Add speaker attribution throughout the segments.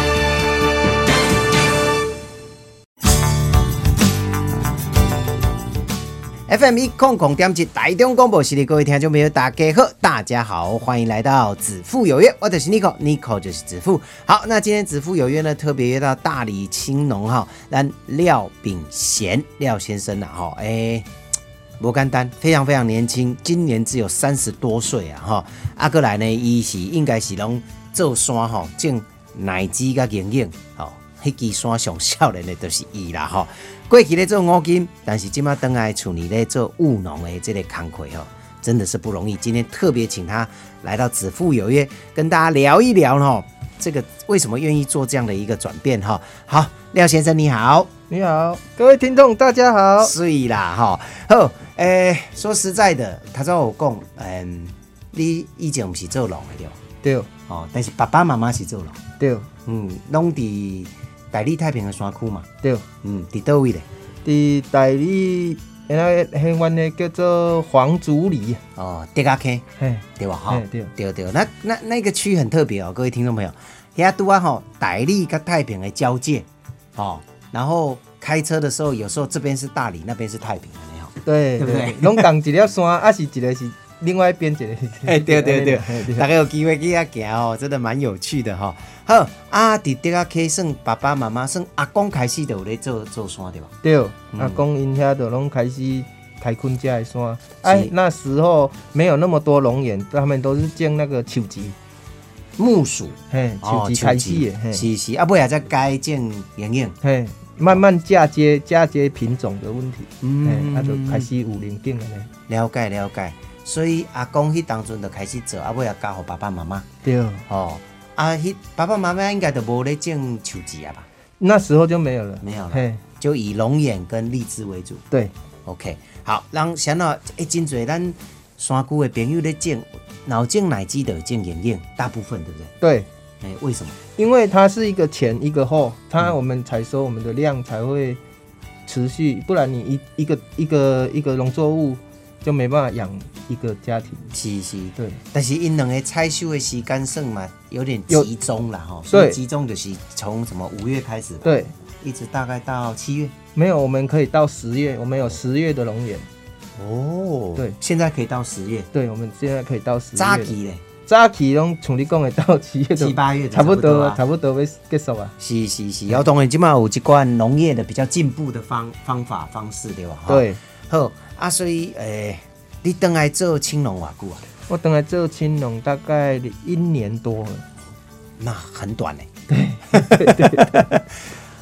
Speaker 1: FM 一空空点击台中广播系列各位听众朋友，大家好，大家好，欢迎来到子父有约，我就是 Nico，Nico 就是子父。好，那今天子父有约呢，特别约到大理青农哈，咱廖炳贤廖先生呐、啊、哈，哎、不简单，非常非常年轻，今年只有三十多岁啊哈。啊，过来呢，伊是应该是拢做山吼，种奶子甲营养吼，迄支山上少年的就是伊啦吼。过去咧做五金，但是即马等来厝里咧做务农的这个工课吼，真的是不容易。今天特别请他来到子父有约，跟大家聊一聊吼，这个为什么愿意做这样的一个转变哈。好，廖先生你好。
Speaker 2: 你好，各位听众，大家好。
Speaker 1: 是啦，吼，好，诶、说实在的，头先我讲，嗯，你以前不是做农的对吧，
Speaker 2: 对
Speaker 1: 哦，但是爸爸妈妈是做农，
Speaker 2: 对
Speaker 1: 嗯，拢伫大理太平的山区嘛，
Speaker 2: 对，
Speaker 1: 嗯，伫倒位咧，
Speaker 2: 伫大理，然后迄阮个叫做黄竹里，
Speaker 1: 哦，德加坑
Speaker 2: 嘿，
Speaker 1: 对吧？哈、
Speaker 2: 嘿对
Speaker 1: 对对，那那那个区很特别哦，各位听众朋友，遐拄啊吼，大理跟太平的交界，哦，然后开车的时候，有时候这边是大理，那边是太平，有没有？
Speaker 2: 对
Speaker 1: 对不对
Speaker 2: 对，拢同一条山，啊是一个是另外一边一个是。
Speaker 1: 哎，对对对
Speaker 2: 嘿，
Speaker 1: 大家有机会去遐行哦，真的蛮有趣的哈、好，啊，伫这个溪算爸爸妈妈算阿公开始就有咧做做山对吧？
Speaker 2: 对，阿公因遐就拢开始开垦遮的山。哎，那时候没有那么多龙眼，他们都是种那个树枝，
Speaker 1: 木薯，哦
Speaker 2: 嘿，树枝开始的，嘿，
Speaker 1: 是是，啊，尾也再改种营养，
Speaker 2: 嘿，慢慢嫁接嫁接品种的问题，
Speaker 1: 嗯
Speaker 2: 嗯，啊就开始有林景了呢。
Speaker 1: 了解了解。所以阿公迄当阵就开始做，啊，尾也交互爸爸妈妈，
Speaker 2: 对，
Speaker 1: 哦，啊，迄爸爸妈妈应该就无咧种树枝啊吧？
Speaker 2: 那时候就没有了，
Speaker 1: 没有了
Speaker 2: 嘿，
Speaker 1: 就以龙眼跟荔枝为主。
Speaker 2: 对。
Speaker 1: OK，好，人想到诶，真侪咱山区的朋友咧种，脑种奶基的种眼影，大部分对不对？
Speaker 2: 对，
Speaker 1: 哎、为什么？
Speaker 2: 因为它是一个前一个后，它我们采收我们的量才会持续，不然你一一个一个一个农作物就没办法养一个家庭。
Speaker 1: 是是，
Speaker 2: 对
Speaker 1: 但是因两个采收的时间算嘛，有点
Speaker 2: 有
Speaker 1: 集中啦吼，所以
Speaker 2: 对
Speaker 1: 集中就是从什么五月开始吧，
Speaker 2: 对，
Speaker 1: 一直大概到七月。
Speaker 2: 没有我们可以到十月，我们有十月的龙眼，
Speaker 1: 哦
Speaker 2: 对
Speaker 1: 现在可以到十月，
Speaker 2: 对，我们现在可以到十月。
Speaker 1: 扎基嘞，
Speaker 2: 扎起拢从你讲的到七月就
Speaker 1: 七八月就
Speaker 2: 差不多
Speaker 1: 啊
Speaker 2: 啊，差不多会结束啊。
Speaker 1: 是是是，哦要当然即嘛有一罐农业的比较进步的方方法方式对吧？哈
Speaker 2: 对，
Speaker 1: 好啊，所以诶、你等来做青龙偌久啊？
Speaker 2: 我等来做青龙大概一年多了。
Speaker 1: 那很短嘞。对，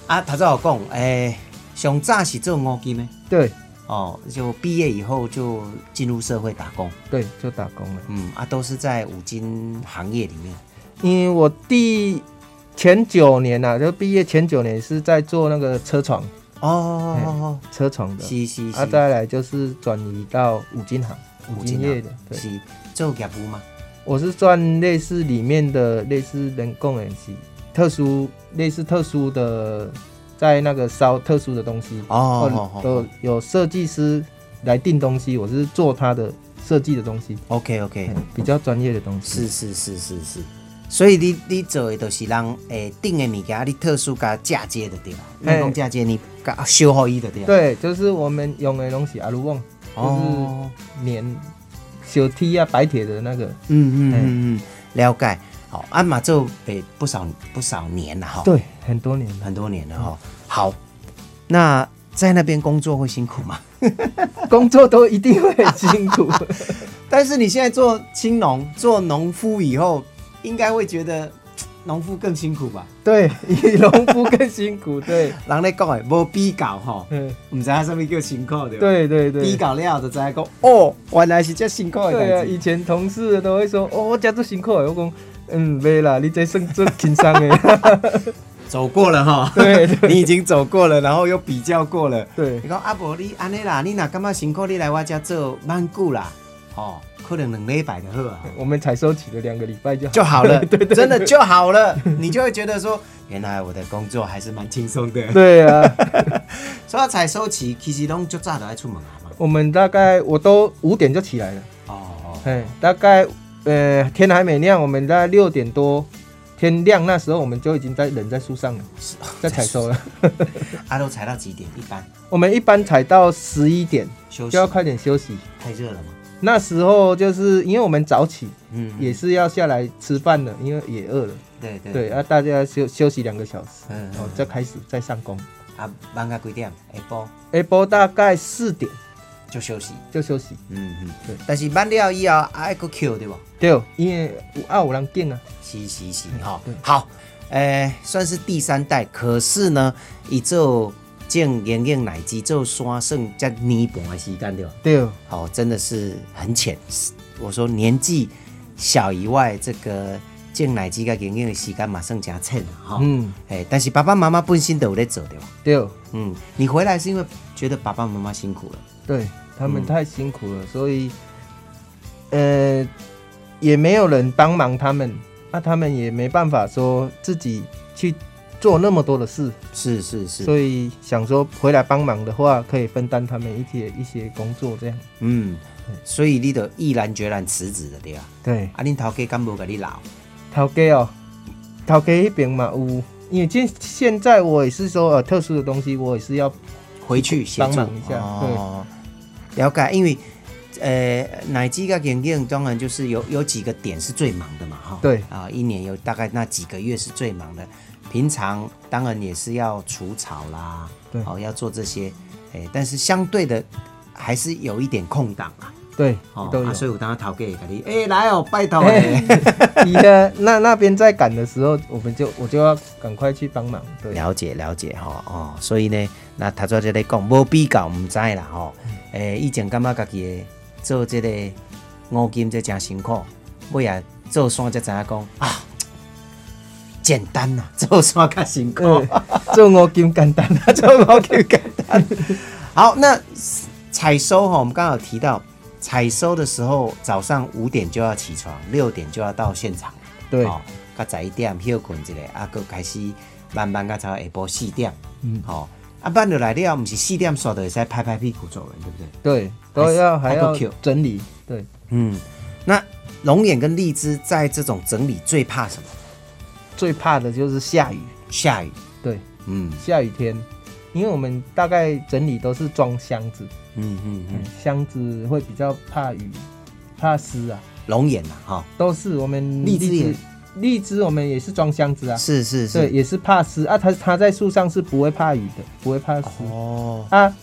Speaker 1: 啊，头先我讲，诶、上早是做五金的，
Speaker 2: 对
Speaker 1: 哦，就毕业以后就进入社会打工，
Speaker 2: 对，就打工了。
Speaker 1: 嗯，啊，都是在五金行业里面，
Speaker 2: 因为我第前九年呐、啊，就毕业前九年是在做那个车床，
Speaker 1: 哦，
Speaker 2: 车床的。
Speaker 1: 是是
Speaker 2: 啊，
Speaker 1: 是，
Speaker 2: 再来就是转移到五金行，五金业的。对，
Speaker 1: 是做业务吗？
Speaker 2: 我是算类似里面的类似人工演习，特殊类似特殊的，在那个烧特殊的东西。
Speaker 1: 哦哦哦
Speaker 2: 有有设计师来定东西，我是做他的设计的东西，
Speaker 1: ，OK OK，
Speaker 2: 嗯比较专业的东西。
Speaker 1: 是是是是是，所以你你做的都是人诶定的物件，啊你特殊加嫁接的对吧？
Speaker 2: 嘿
Speaker 1: 人工嫁接你甲修好伊的对吧？
Speaker 2: 对，就是我们用的东西阿鲁旺，就是
Speaker 1: 哦。
Speaker 2: 棉小 T 啊，白铁的那个。
Speaker 1: 嗯嗯嗯嗯，了解。好，鞍马就北不少不少年了哈，，
Speaker 2: 对，很多年了。
Speaker 1: 很多年了哈。好，那在那边工作会辛苦吗？
Speaker 2: 工作都一定会很辛苦。
Speaker 1: 但是你现在做青农、做农夫以后，应该会觉得嘖农夫更辛苦吧？
Speaker 2: 对，比农夫更辛苦。 对，
Speaker 1: 人咧讲诶，无比较吼，
Speaker 2: 嗯，
Speaker 1: 唔知影什么叫辛苦对吧？
Speaker 2: 对对对。
Speaker 1: 比较了就知影讲，哦，原来是这辛苦的
Speaker 2: 对啊，
Speaker 1: 代志
Speaker 2: 以。前同事都会说，哦，我家做辛苦的，我讲，嗯，没啦，你这算 做轻松欸的。
Speaker 1: 走过了哈，
Speaker 2: 对对
Speaker 1: 你已经走过了，然后又比较过了。 啊
Speaker 2: 对
Speaker 1: 你讲阿伯，不然你安尼啦，你若感觉辛苦，你来我家做蛮久啦，哦，可能两礼拜就好啊。
Speaker 2: 我们采收起了两个礼拜就好
Speaker 1: 就好了，真的就好了，你就会觉得说，原来我的工作还是蛮轻松的。
Speaker 2: 对啊，
Speaker 1: 说到采收期，其实拢就早就爱出门啊嘛。
Speaker 2: 我们大概我都五点就起来了，
Speaker 1: 哦，
Speaker 2: 哎，大概呃天还没亮，我们大概六点多天亮那时候，我们就已经在人在树上了，在采收了。
Speaker 1: 阿啊都采到几点？一般
Speaker 2: 我们一般采到十一点
Speaker 1: 休息
Speaker 2: 就要快点休息。
Speaker 1: 太热了嘛。
Speaker 2: 那时候就是因为我们早起，
Speaker 1: 嗯，
Speaker 2: 也是要下来吃饭的，因为也饿了。
Speaker 1: 对对
Speaker 2: 对，啊，大家休休息两个小时，
Speaker 1: 嗯嗯
Speaker 2: 哦，再开始再上工。
Speaker 1: 啊，忙到几点？下晡
Speaker 2: 下播大概四点
Speaker 1: 就休息。
Speaker 2: 就休息。
Speaker 1: 嗯嗯，
Speaker 2: 对
Speaker 1: 但是慢了以后，啊，还佫 Q 对不？
Speaker 2: 对，因为有啊有人订啊，
Speaker 1: 是是是，哈、哦好，诶、算是第三代，可是呢，伊做种营养奶基做山剩才年半的时间对吧？
Speaker 2: 对，
Speaker 1: 好、哦真的是很浅。我说年纪小以外，这个种奶基跟营养的时间马上加浅哈。嗯，
Speaker 2: 嗯，
Speaker 1: 诶、但是爸爸妈妈本身都有在做对吧？
Speaker 2: 对
Speaker 1: 嗯，你回来是因为觉得爸爸妈妈辛苦了，
Speaker 2: 对，他们太辛苦了，所以呃也没有人帮忙他们，那、他们也没办法说自己去做那么多的事，
Speaker 1: 是是是，
Speaker 2: 所以想说回来帮忙的话，可以分担他们一些一些工作这样。
Speaker 1: 嗯，所以你得毅然决然辞职了对吧？
Speaker 2: 对，
Speaker 1: 啊，恁头家敢无给你闹？
Speaker 2: 头家哦，头家那边嘛有，因为现现在我也是说呃特殊的东西，我也是要
Speaker 1: 回去协助
Speaker 2: 帮忙一下
Speaker 1: 哦，了解，因为呃，奶基跟眼镜当然就是有有几个点是最忙的嘛，哈、
Speaker 2: 对
Speaker 1: 啊、一年有大概那几个月是最忙的，平常当然也是要除草啦，
Speaker 2: 对
Speaker 1: 哦，要做这些，哎，但是相对的还是有一点空档啊。
Speaker 2: 对、
Speaker 1: 哦，
Speaker 2: 都有。
Speaker 1: 啊、所以我当时头家也跟你，哎、来哦，拜 托、
Speaker 2: 哎
Speaker 1: 欸，
Speaker 2: 你呀，那那边在赶的时候，我们就我就要赶快去帮忙。对，
Speaker 1: 了解了解吼哦，所以呢，那头先就咧讲，无比较毋知啦吼。诶、以前感觉家己的做即个五金这真辛苦，尾啊做山才知影讲啊，简单呐、 做山较辛苦。
Speaker 2: 对做我金简单，啊 做我金简单。
Speaker 1: 好，那采收哈，我们刚刚有提到，采收的时候早上五点就要起床，六点就要到现场。
Speaker 2: 对
Speaker 1: 哦，较十一点休困一下，啊，佫开始慢慢到差不多下晡四点。嗯，好、啊，慢落来了，毋是四点煞就会使拍拍屁股走人，对不对？
Speaker 2: 对，都要
Speaker 1: 还
Speaker 2: 还
Speaker 1: 是
Speaker 2: 要
Speaker 1: 还够 Q
Speaker 2: 整理。对，
Speaker 1: 嗯，那龙眼跟荔枝在这种整理最怕什么？
Speaker 2: 最怕的就是下雨。
Speaker 1: 下雨。
Speaker 2: 对，
Speaker 1: 嗯
Speaker 2: 下雨天，因为我们大概整理都是装箱子，
Speaker 1: 嗯嗯嗯，
Speaker 2: 箱子会比较怕雨，怕湿啊，
Speaker 1: 龙眼呐、啊，哈、
Speaker 2: 都是我们
Speaker 1: 荔枝也
Speaker 2: 荔枝我们也是装箱子啊。
Speaker 1: 是是
Speaker 2: 对，
Speaker 1: 是。
Speaker 2: 也是怕湿啊，它它在树上是不会怕雨的，不会怕湿。
Speaker 1: 哦，
Speaker 2: 啊，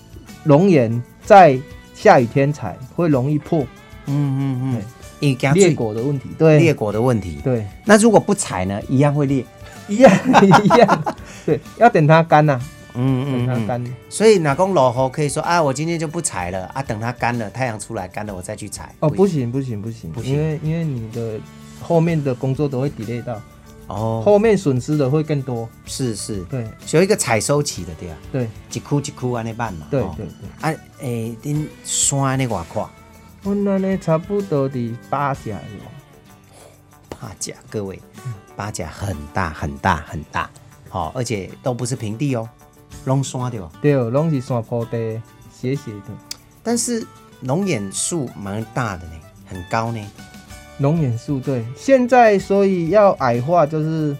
Speaker 2: 龙眼在下雨天采会容易破
Speaker 1: 嗯嗯嗯
Speaker 2: 对，
Speaker 1: 因为它最
Speaker 2: 裂果的问题，
Speaker 1: 裂
Speaker 2: 对
Speaker 1: 果的问题。
Speaker 2: 对，
Speaker 1: 那如果不采呢，一样会裂。
Speaker 2: 一样一样， 对，要等它干呐，
Speaker 1: 嗯
Speaker 2: 等它干。
Speaker 1: 所以哪公老猴可以说啊，我今天就不采了啊，等它干了，太阳出来干了，我再去采。
Speaker 2: 哦，不行不行不行
Speaker 1: 不，行
Speaker 2: 因为因为你的后面的工作都会 delay 到，
Speaker 1: 哦，
Speaker 2: 后面损失的会更多。
Speaker 1: 是是，
Speaker 2: 对
Speaker 1: 有一个采收期的对啊，
Speaker 2: 对
Speaker 1: 一窟一窟安尼办嘛。
Speaker 2: 对
Speaker 1: 哦
Speaker 2: 对。对，
Speaker 1: 啊，诶、恁山安尼外阔，
Speaker 2: 我那呢差不多的八甲有，
Speaker 1: 八甲啊各位，八甲很大很大很大，好、哦，而且都不是平地哦，拢山对吧？
Speaker 2: 对，拢是山坡地斜斜的，
Speaker 1: 但是龙眼树蛮大的呢，很高呢。
Speaker 2: 龙眼树对，现在所以要矮化就是。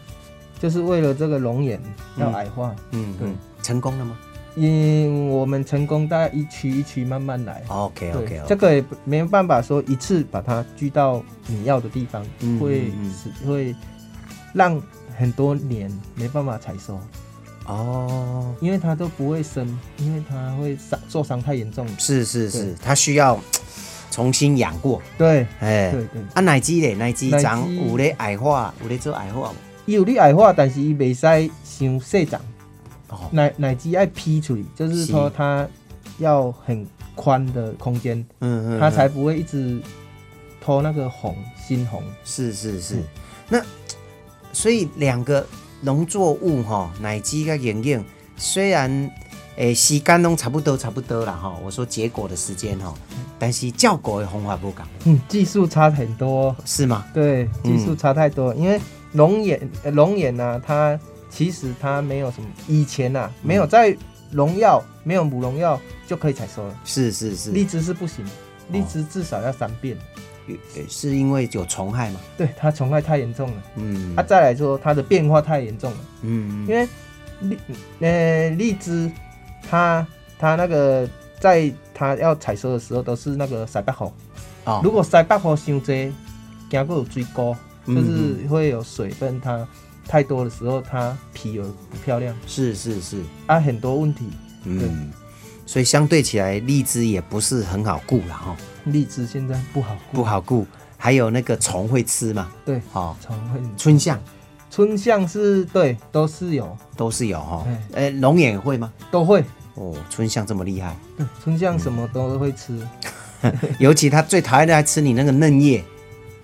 Speaker 2: 就是为了这个龙眼要
Speaker 1: 嗯
Speaker 2: 矮化，
Speaker 1: 嗯，
Speaker 2: 对
Speaker 1: 嗯，成功了吗
Speaker 2: 因我们成功大概一区一区慢慢来。
Speaker 1: ？OK
Speaker 2: 对
Speaker 1: OK
Speaker 2: 这
Speaker 1: OK，
Speaker 2: 个也不没办法说一次把它聚到你要的地方，
Speaker 1: 嗯
Speaker 2: 会
Speaker 1: 嗯嗯
Speaker 2: 使会让很多年没办法采收，
Speaker 1: 哦，
Speaker 2: 因为它都不会生，因为它会伤受伤太严重。
Speaker 1: 是是是
Speaker 2: 对，
Speaker 1: 它需要重新养过。
Speaker 2: 对，
Speaker 1: 哎，
Speaker 2: 对对
Speaker 1: 啊，奶鸡嘞，奶鸡
Speaker 2: 奶
Speaker 1: 长
Speaker 2: 鸡
Speaker 1: 有咧矮化，有咧做矮化无？
Speaker 2: 伊有你矮化，但是伊未使伤细长，
Speaker 1: 哦，
Speaker 2: 奶奶鸡爱劈出去，就是说
Speaker 1: 是
Speaker 2: 它要很宽的空间，
Speaker 1: 嗯
Speaker 2: 它才不会一直偷那个红新红。
Speaker 1: 是是
Speaker 2: 嗯
Speaker 1: 是。那所以两个农作物哈、奶鸡跟眼镜，虽然诶、时间拢差不多差不多啦吼。我说结果的时间吼，但是照顾的方法不同，
Speaker 2: 嗯，技术差很多，
Speaker 1: 是吗？
Speaker 2: 对，技术差太多，因为龙眼呃龙眼呢、它其实它没有什么，以前呐、啊、没有在农药没有母农药就可以采收了，
Speaker 1: 是是是，哦
Speaker 2: 荔枝是不行，荔枝至少要三遍，
Speaker 1: 呃是因为有虫害嘛？
Speaker 2: 对，它虫害太严重了。
Speaker 1: 嗯，
Speaker 2: 啊，再来说它的变化太严重了，
Speaker 1: 嗯，
Speaker 2: 因为荔呃荔枝它它那个在它要采收的时候都是那个塞北风。
Speaker 1: 哦
Speaker 2: 如果塞北雨伤济，经过有水沟，就
Speaker 1: 嗯嗯
Speaker 2: 是会有水分，它太多的时候，它皮有不漂亮，
Speaker 1: 是是是，
Speaker 2: 啊，很多问题。
Speaker 1: 嗯，所以相对起来，荔枝也不是很好顾了哈，
Speaker 2: 荔枝现在不好顾，
Speaker 1: 不好顾。还有那个虫会吃嘛？
Speaker 2: 对，
Speaker 1: 哦，
Speaker 2: 常会
Speaker 1: 春象
Speaker 2: 春象是对，都是有，
Speaker 1: 都是有哈、哦
Speaker 2: 哎。
Speaker 1: 呃，龙眼会吗？
Speaker 2: 都会。
Speaker 1: 哦，春象这么厉害，
Speaker 2: 对，春象什么都会吃，
Speaker 1: 嗯尤其它最讨厌的还吃你那个嫩叶，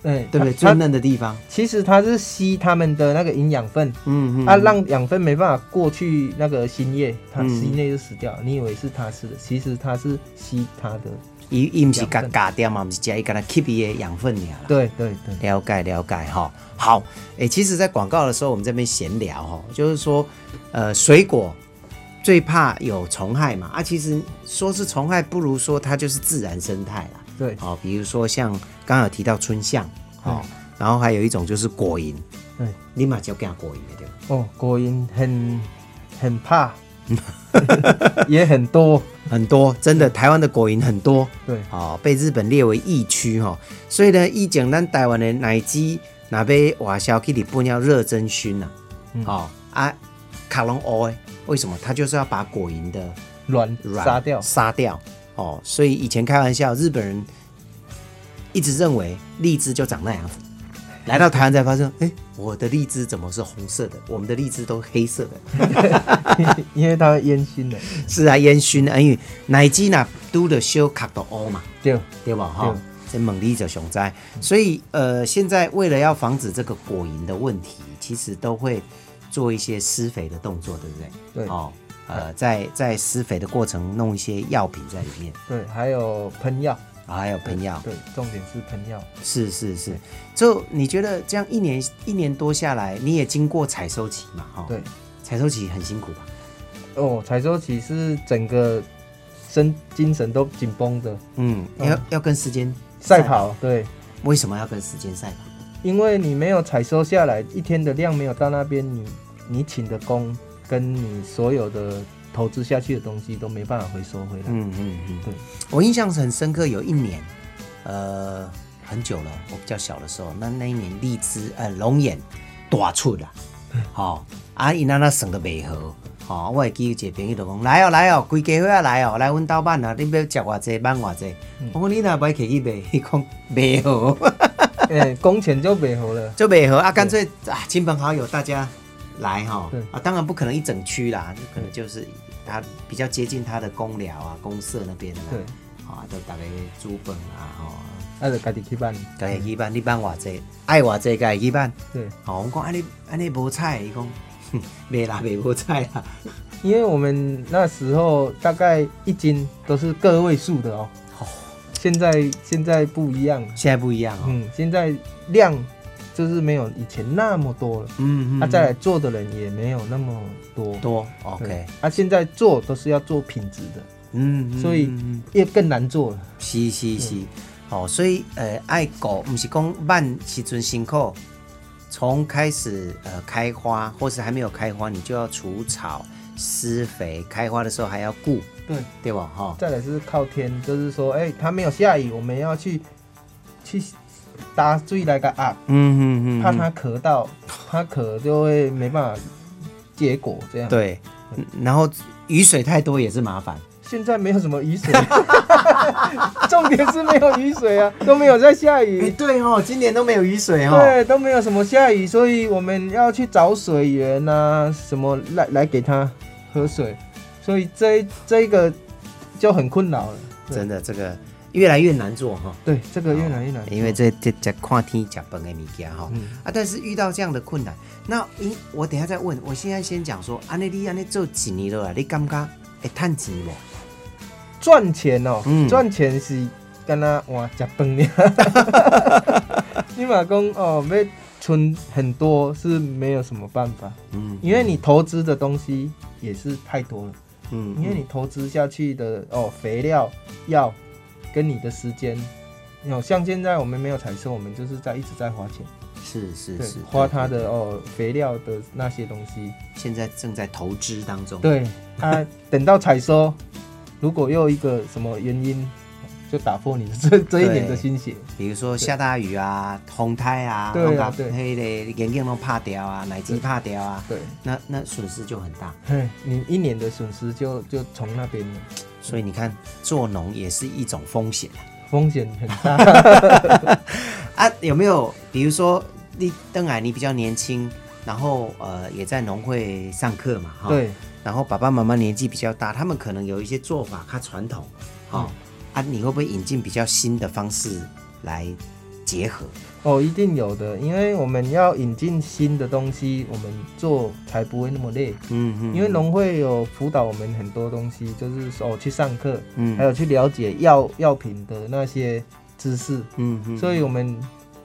Speaker 2: 对
Speaker 1: 对不对？
Speaker 2: 哎它
Speaker 1: 最嫩的地方，
Speaker 2: 其实它是吸它们的那个营养分，
Speaker 1: 嗯嗯，
Speaker 2: 啊，让养分没办法过去那个新叶，它
Speaker 1: 嗯
Speaker 2: 新叶就死掉了。你以为是它吃的，其实它是吸它 的。
Speaker 1: 伊伊毋是甲
Speaker 2: 养分
Speaker 1: 嘎掉嘛，毋是加伊甲它吸伊的养分尔啦。
Speaker 2: 对对对，
Speaker 1: 了解了解哈。好，诶、其实，在广告的时候，我们这边闲聊哈，就是说，呃，水果最怕有虫害嘛啊，其实说是虫害，不如说它就是自然生态啦。
Speaker 2: 对
Speaker 1: 哦，比如说像刚刚有提到春象，哦，然后还有一种就是果蝇，
Speaker 2: 对，
Speaker 1: 立马就讲果蝇了对吧？
Speaker 2: 哦，果蝇很 很怕，也很多。
Speaker 1: 很多，真的，台湾的果蝇很多，
Speaker 2: 对，
Speaker 1: 哦，被日本列为疫区哈、哦，所以呢，以前咱台湾的奶鸡若被外销去日本要热蒸熏呐、
Speaker 2: 嗯
Speaker 1: 哦啊，卡龙欧诶，为什么？他就是要把果蝇的
Speaker 2: 卵
Speaker 1: 卵
Speaker 2: 杀掉。
Speaker 1: 杀掉哦，所以以前开玩笑，日本人一直认为荔枝就长那样子，来到台湾才发现，哎，我的荔枝怎么是红色的？我们的荔枝都黑色的。
Speaker 2: 因为它烟熏的，
Speaker 1: 是啊，烟熏啊，因为奶鸡呐拄着小卡到乌嘛，
Speaker 2: 对
Speaker 1: 对吧？哈
Speaker 2: 对，
Speaker 1: 这猛力者熊灾，所以呃，现在为了要防止这个果蝇的问题，其实都会做一些施肥的动作，对不对？
Speaker 2: 对
Speaker 1: 哦，呃，在在施肥的过程弄一些药品在里面，
Speaker 2: 对，还有喷药，
Speaker 1: 啊，还有喷药，
Speaker 2: 对，重点是喷药。
Speaker 1: 是是是。就你觉得这样一年一年多下来，你也经过采收期嘛？哈、
Speaker 2: 对，，
Speaker 1: 采收期很辛苦吧？
Speaker 2: 哦，采收期是整个身精神都紧绷的，
Speaker 1: 嗯，要要跟时间
Speaker 2: 赛跑，对，
Speaker 1: 为什么要跟时间赛跑？
Speaker 2: 因为你没有采收下来，一天的量没有到那边，你你请的工跟你所有的投资下去的东西都没办法回收回来。
Speaker 1: 嗯嗯嗯，
Speaker 2: 对，
Speaker 1: 我印象很深刻，有一年，呃，很久了，我比较小的时候，那那一年荔枝呃龙眼大出啦，吼、啊，因那那算都袂好，吼、我会记有一个朋友就讲，来哦来哦，规家伙啊来哦，来阮兜办啊，你要食偌济，办偌济，我讲你若买起去卖，伊 讲袂好，
Speaker 2: 哎、工钱就没有了。
Speaker 1: 就袂好啊，干脆啊，亲朋好友大家来哈、
Speaker 2: 对
Speaker 1: 啊，当然不可能一整区啦，就可能就是他比较接近他的公寮啊、公社那边的啦。
Speaker 2: 对，
Speaker 1: 啊，都大家煮饭啊，吼、
Speaker 2: 那就家己去办。
Speaker 1: 家己去办，你办偌济，爱偌济，家己去办。
Speaker 2: 对，
Speaker 1: 吼、我讲安尼安尼无菜，伊讲，哼袂啦，袂无菜啦。
Speaker 2: 因为我们那时候大概一斤都是个位数的哦。
Speaker 1: 哦
Speaker 2: 现在现在不一样，
Speaker 1: 现在不一样哦。
Speaker 2: 嗯，现在量就是没有以前那么多了。
Speaker 1: 嗯
Speaker 2: 啊，再来做的人也没有那么多。
Speaker 1: 多
Speaker 2: 对
Speaker 1: ，OK，
Speaker 2: 啊，现在做都是要做品质的，
Speaker 1: 嗯，嗯
Speaker 2: 所以嗯
Speaker 1: 嗯嗯
Speaker 2: 也更难做了。
Speaker 1: 是是是，哦，所以呃，爱狗不是讲慢时阵辛苦，从开始呃开花，或是还没有开花，你就要除草、施肥，开花的时候还要顾，
Speaker 2: 对，
Speaker 1: 对吧？哈、
Speaker 2: 再来是靠天，就是说，哎、它没有下雨，我们要去去打水来个啊，
Speaker 1: 嗯嗯嗯，
Speaker 2: 怕
Speaker 1: 嗯
Speaker 2: 它咳到，它咳就会没办法结果这样。，
Speaker 1: 对，嗯然后雨水太多也是麻烦。
Speaker 2: 现在没有什么雨水， 重点是没有雨水啊，都没有在下
Speaker 1: 哎，
Speaker 2: 雨。
Speaker 1: 对哦，今年都没有雨水哦。
Speaker 2: 对，都没有什么下雨，所以我们要去找水源啊，什么来来给它喝水，所以这一这一个就很困扰了。对
Speaker 1: 真的这个越来越难做哈，
Speaker 2: 对，这个越来越难做，
Speaker 1: 哦因为这这这看天吃饭的物件哈
Speaker 2: 嗯
Speaker 1: 啊，但是遇到这样的困难，那咦，我等一下再问，我现在先讲说，安尼你安尼做几年了啊？你感觉会趁钱无？
Speaker 2: 赚钱哦
Speaker 1: 嗯，
Speaker 2: 赚、钱是敢若换食饭尔。 你嘛讲哦，要存很多是没有什么办法，
Speaker 1: 嗯
Speaker 2: 因为你投资的东西也是太多了，
Speaker 1: 嗯
Speaker 2: 因为你投资下去的哦，肥料、药跟你的时间。有像现在我们没有采收，我们就是在一直在花钱，
Speaker 1: 是是
Speaker 2: 对
Speaker 1: 是，，
Speaker 2: 花它的哦肥料的那些东西，
Speaker 1: 现在正在投资当中。，
Speaker 2: 对，啊，等到采收，如果又一个什么原因，就打破你的 这这一年的心血。
Speaker 1: 比如说下大雨啊、洪灾啊，
Speaker 2: 对啊
Speaker 1: 弄到
Speaker 2: 对
Speaker 1: 黑嘞，眼镜都怕掉啊，奶机怕掉啊，
Speaker 2: 对，
Speaker 1: 那那损失就很大。
Speaker 2: 嘿，你一年的损失就就从 那边
Speaker 1: 所以你看，做农也是一种风险啊。
Speaker 2: 风险很 大。
Speaker 1: 啊，有没有比如说你邓矮你比较年轻，然后呃也在农会上课嘛，哈，
Speaker 2: 对，
Speaker 1: 然后爸爸妈妈年纪比较大，他们可能有一些做法，它传统，
Speaker 2: 嗯
Speaker 1: 哦，啊，你会不会引进比较新的方式来结合？
Speaker 2: 哦，一定有的，因为我们要引进新的东西，我们做才不会那么累。
Speaker 1: 嗯嗯
Speaker 2: 因为农会有辅导我们很多东西，就是说哦去上课，
Speaker 1: 嗯
Speaker 2: 还有去了解药药品的那些知识，
Speaker 1: 嗯嗯
Speaker 2: 所以我们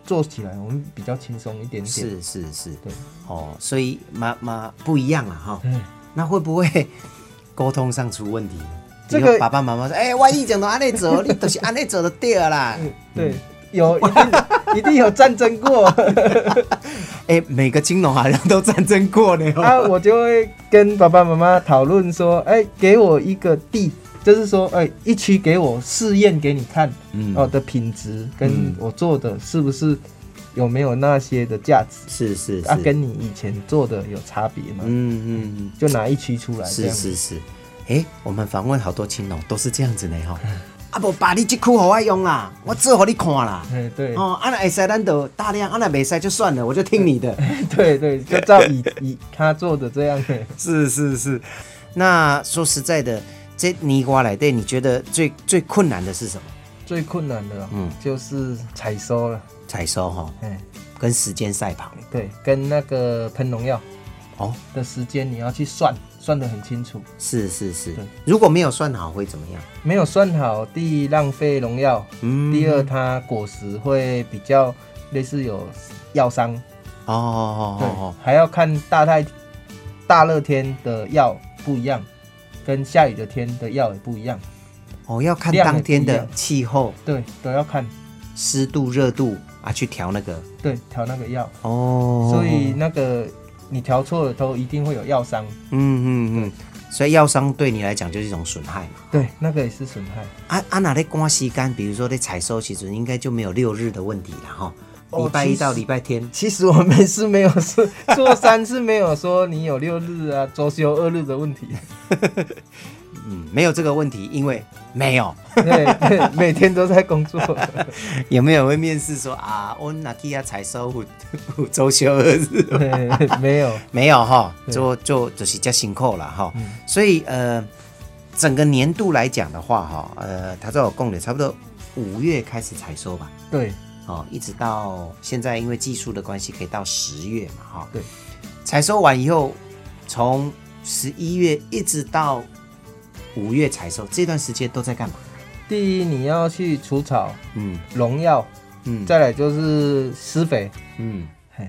Speaker 2: 做起来我们比较轻松一点点。
Speaker 1: 是是是，
Speaker 2: 对，
Speaker 1: 哦，所以妈妈不一样了啊哈。
Speaker 2: 嗯
Speaker 1: 那会不会 沟通上出问题呢？
Speaker 2: 这个
Speaker 1: 比如爸爸妈妈说，哎、万一讲到安内 走，你都是安内走的对了啦。
Speaker 2: 对，有一定一定有战争过
Speaker 1: 哎、每个青龙好像都战争过呢、哦。
Speaker 2: 啊，我就会跟爸爸妈妈讨论说，哎、给我一个地，就是说，哎、一区给我试验给你看，
Speaker 1: 嗯
Speaker 2: 哦的品质跟
Speaker 1: 嗯
Speaker 2: 我做的是不是有没有那些的价值
Speaker 1: 是是是，
Speaker 2: 啊，跟你以前做的有差别吗？
Speaker 1: 嗯嗯
Speaker 2: 就拿一区出
Speaker 1: 嗯，
Speaker 2: 来，这
Speaker 1: 是
Speaker 2: 样
Speaker 1: 是是。哎、我们访问好多青龙都是这样子呢哈、哦。
Speaker 2: 嗯
Speaker 1: 啊不，把你这裤给我用啦，我做给你看啦。
Speaker 2: 哎，对，
Speaker 1: 哦，啊那会使咱就大量，啊那没使就算了，我就听你的。
Speaker 2: 对对，就照以以他做的这样，哎嘿
Speaker 1: 是是是。那说实在的，这泥瓜来对，你觉得最最困难的是什么？
Speaker 2: 最困难的、哦，
Speaker 1: 嗯
Speaker 2: 就是采收了，
Speaker 1: 采收哈、
Speaker 2: 哎，
Speaker 1: 跟时间赛跑
Speaker 2: 对，跟那个喷农药，
Speaker 1: 哦。
Speaker 2: 的时间你要去算，算得很清楚。
Speaker 1: 是是是
Speaker 2: 对，
Speaker 1: 如果没有算好会怎么样？
Speaker 2: 没有算好，第一浪费农药，
Speaker 1: 嗯
Speaker 2: 第二它果实会比较类似有药伤，
Speaker 1: 哦哦
Speaker 2: 对，
Speaker 1: 哦
Speaker 2: 还要看大太大热天的药不一样，跟下雨的天的药也不一样，
Speaker 1: 哦哦，要看当天
Speaker 2: 量也
Speaker 1: 的
Speaker 2: 不一样
Speaker 1: 气候、
Speaker 2: 对，都要看，
Speaker 1: 湿度、热度啊，去调那个
Speaker 2: 对，调那个药，
Speaker 1: 哦。
Speaker 2: 所以那个你调错了都一定会有药伤，
Speaker 1: 嗯嗯嗯，所以药商对你来讲就是一种损害嘛。
Speaker 2: 对，那个也是损害。
Speaker 1: 啊啊，哪在刮吸干？比如说在采收，其实应该就没有六日的问题了哈。
Speaker 2: 哦
Speaker 1: 礼拜一
Speaker 2: 其实
Speaker 1: 到礼拜天，
Speaker 2: 其实我们是没有说做山是没有说你有六日啊周休二日的问题。
Speaker 1: 嗯，没有这个问题，因为没有。
Speaker 2: 对，对，每天都在工作。
Speaker 1: 有没有会面试说啊，我哪去啊采收五五周休二日？
Speaker 2: 对，没有，
Speaker 1: 没有哈，
Speaker 2: 对嗯
Speaker 1: 就就就是加辛苦了哈。所以呃，整个年度来讲的话哈，呃，他在我供的差不多五月开始采收吧，
Speaker 2: 对
Speaker 1: 哦，一直到现在，因为技术的关系，可以到十月嘛哈。
Speaker 2: 对，
Speaker 1: 采收完以后，从十一月一直到五月采收这段时间都在干嘛？
Speaker 2: 第一你要去除草、
Speaker 1: 嗯
Speaker 2: 农药，
Speaker 1: 嗯
Speaker 2: 再来就是施肥。
Speaker 1: 嗯。
Speaker 2: 嘿，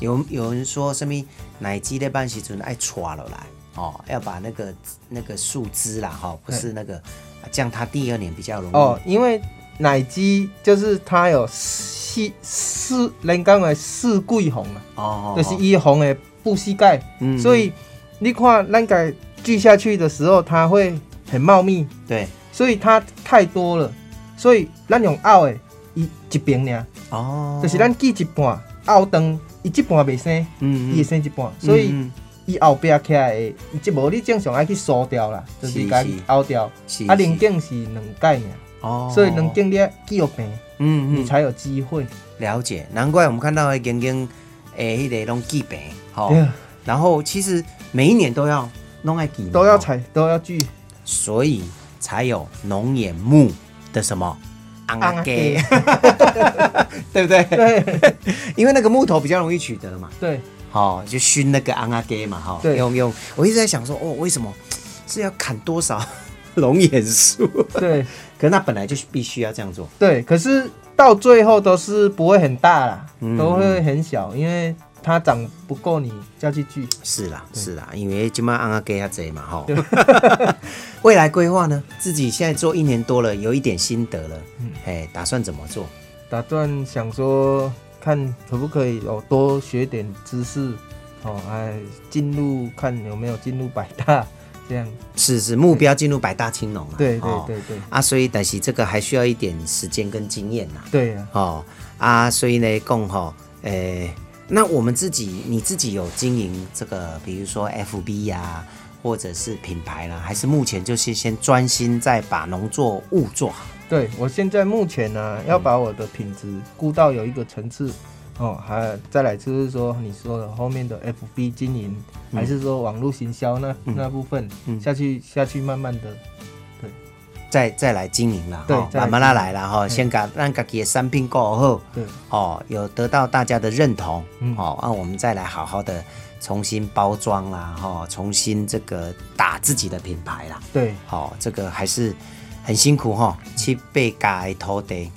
Speaker 1: 有有人说什么奶鸡的办时阵爱抓了来哦，要把那个那个树枝啦哈、不是那个，啊这样它第二年比较容易。
Speaker 2: 哦，因为奶鸡就是它有四四，人讲的四季红啊，
Speaker 1: 哦，
Speaker 2: 就是一红的不膝盖，
Speaker 1: 嗯
Speaker 2: 所以你看那个锯下去的时候，它会很茂密，
Speaker 1: 对
Speaker 2: 所以它太多了，所以咱用拗的一一边尔。
Speaker 1: 哦，
Speaker 2: 就是咱锯一半，后长伊一半袂生，
Speaker 1: 嗯嗯
Speaker 2: 伊会生一半，所以
Speaker 1: 嗯嗯
Speaker 2: 伊后壁起来的，伊即无你正常爱去梳掉啦，就是
Speaker 1: 是
Speaker 2: 甲
Speaker 1: 是
Speaker 2: 凹掉
Speaker 1: 是。
Speaker 2: 啊，
Speaker 1: 是
Speaker 2: 棱镜是两盖尔，
Speaker 1: 哦，
Speaker 2: 所以棱镜你要锯有病，
Speaker 1: 嗯嗯
Speaker 2: 你才有机会。
Speaker 1: 了解，难怪我们看到的眼睛诶，迄个拢记病好
Speaker 2: 对啊，
Speaker 1: 然后其实每一年都要弄爱记，
Speaker 2: 都要
Speaker 1: 哦，
Speaker 2: 采，都要锯。
Speaker 1: 所以才有龙眼木的什么昂
Speaker 2: 昂啊
Speaker 1: 给
Speaker 2: 给，
Speaker 1: 对不对？
Speaker 2: 对
Speaker 1: 因为那个木头比较容易取得嘛，
Speaker 2: 对
Speaker 1: 哦，就熏那个昂阿给嘛，哈、
Speaker 2: 对
Speaker 1: 用用，我一直在想说，哦，为什么是要砍多少 龙眼树？
Speaker 2: 对
Speaker 1: 可那本来就是必须要这样做。
Speaker 2: 对，可是到最后都是不会很大啦，
Speaker 1: 嗯
Speaker 2: 都会很小，因为它长不够你再去锯。
Speaker 1: 是啦，是啦，因为今麦安阿给他贼嘛哈。 未来规划呢？自己现在做一年多了，有一点心得了，
Speaker 2: 嗯
Speaker 1: 哎、打算怎么做？
Speaker 2: 打算想说，看可不可以哦，多学点知识，哦，哎，进入看有没有进入百大，这样。
Speaker 1: 是是，目标进入百大青龙了。
Speaker 2: 对
Speaker 1: 哦
Speaker 2: 对对对
Speaker 1: 啊，所以但是这个还需要一点时间跟经验呐。
Speaker 2: 对啊，
Speaker 1: 哦啊，所以呢，共吼，诶、那我们自己你自己有经营这个，比如说 FB 呀、或者是品牌啦、还是目前就是先专心在把农作物做好？
Speaker 2: 对我现在目前呢、要把我的品质顾到有一个层次。哦，还再来就是说，你说的后面的 FB 经营，还是说网络行销那、那部分、
Speaker 1: 嗯
Speaker 2: 下去下去慢慢的
Speaker 1: 再再来经营啦，
Speaker 2: 对
Speaker 1: 哦
Speaker 2: 再来
Speaker 1: 慢慢
Speaker 2: 经
Speaker 1: 啦
Speaker 2: 营
Speaker 1: 来啦哈，先把让自己的产品过后，
Speaker 2: 对
Speaker 1: 哦，有得到大家的认同，
Speaker 2: 嗯
Speaker 1: 哦，那、我们再来好好的重新包装啦，哈、哦，重新这个打自己的品牌啦，
Speaker 2: 对
Speaker 1: 好、这个还是很辛苦哈、七倍改头得，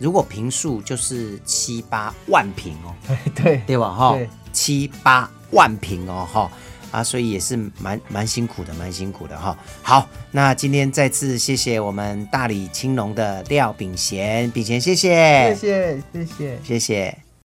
Speaker 1: 如果平数就是七八万平哦，
Speaker 2: 对
Speaker 1: 对吧哈、
Speaker 2: 对
Speaker 1: 七八万平哦哈、啊，所以也是蛮蛮辛苦的，蛮辛苦的哈、好，那今天再次谢谢我们大理青龙的廖炳贤，炳贤谢谢，
Speaker 2: 谢谢谢谢。
Speaker 1: 谢谢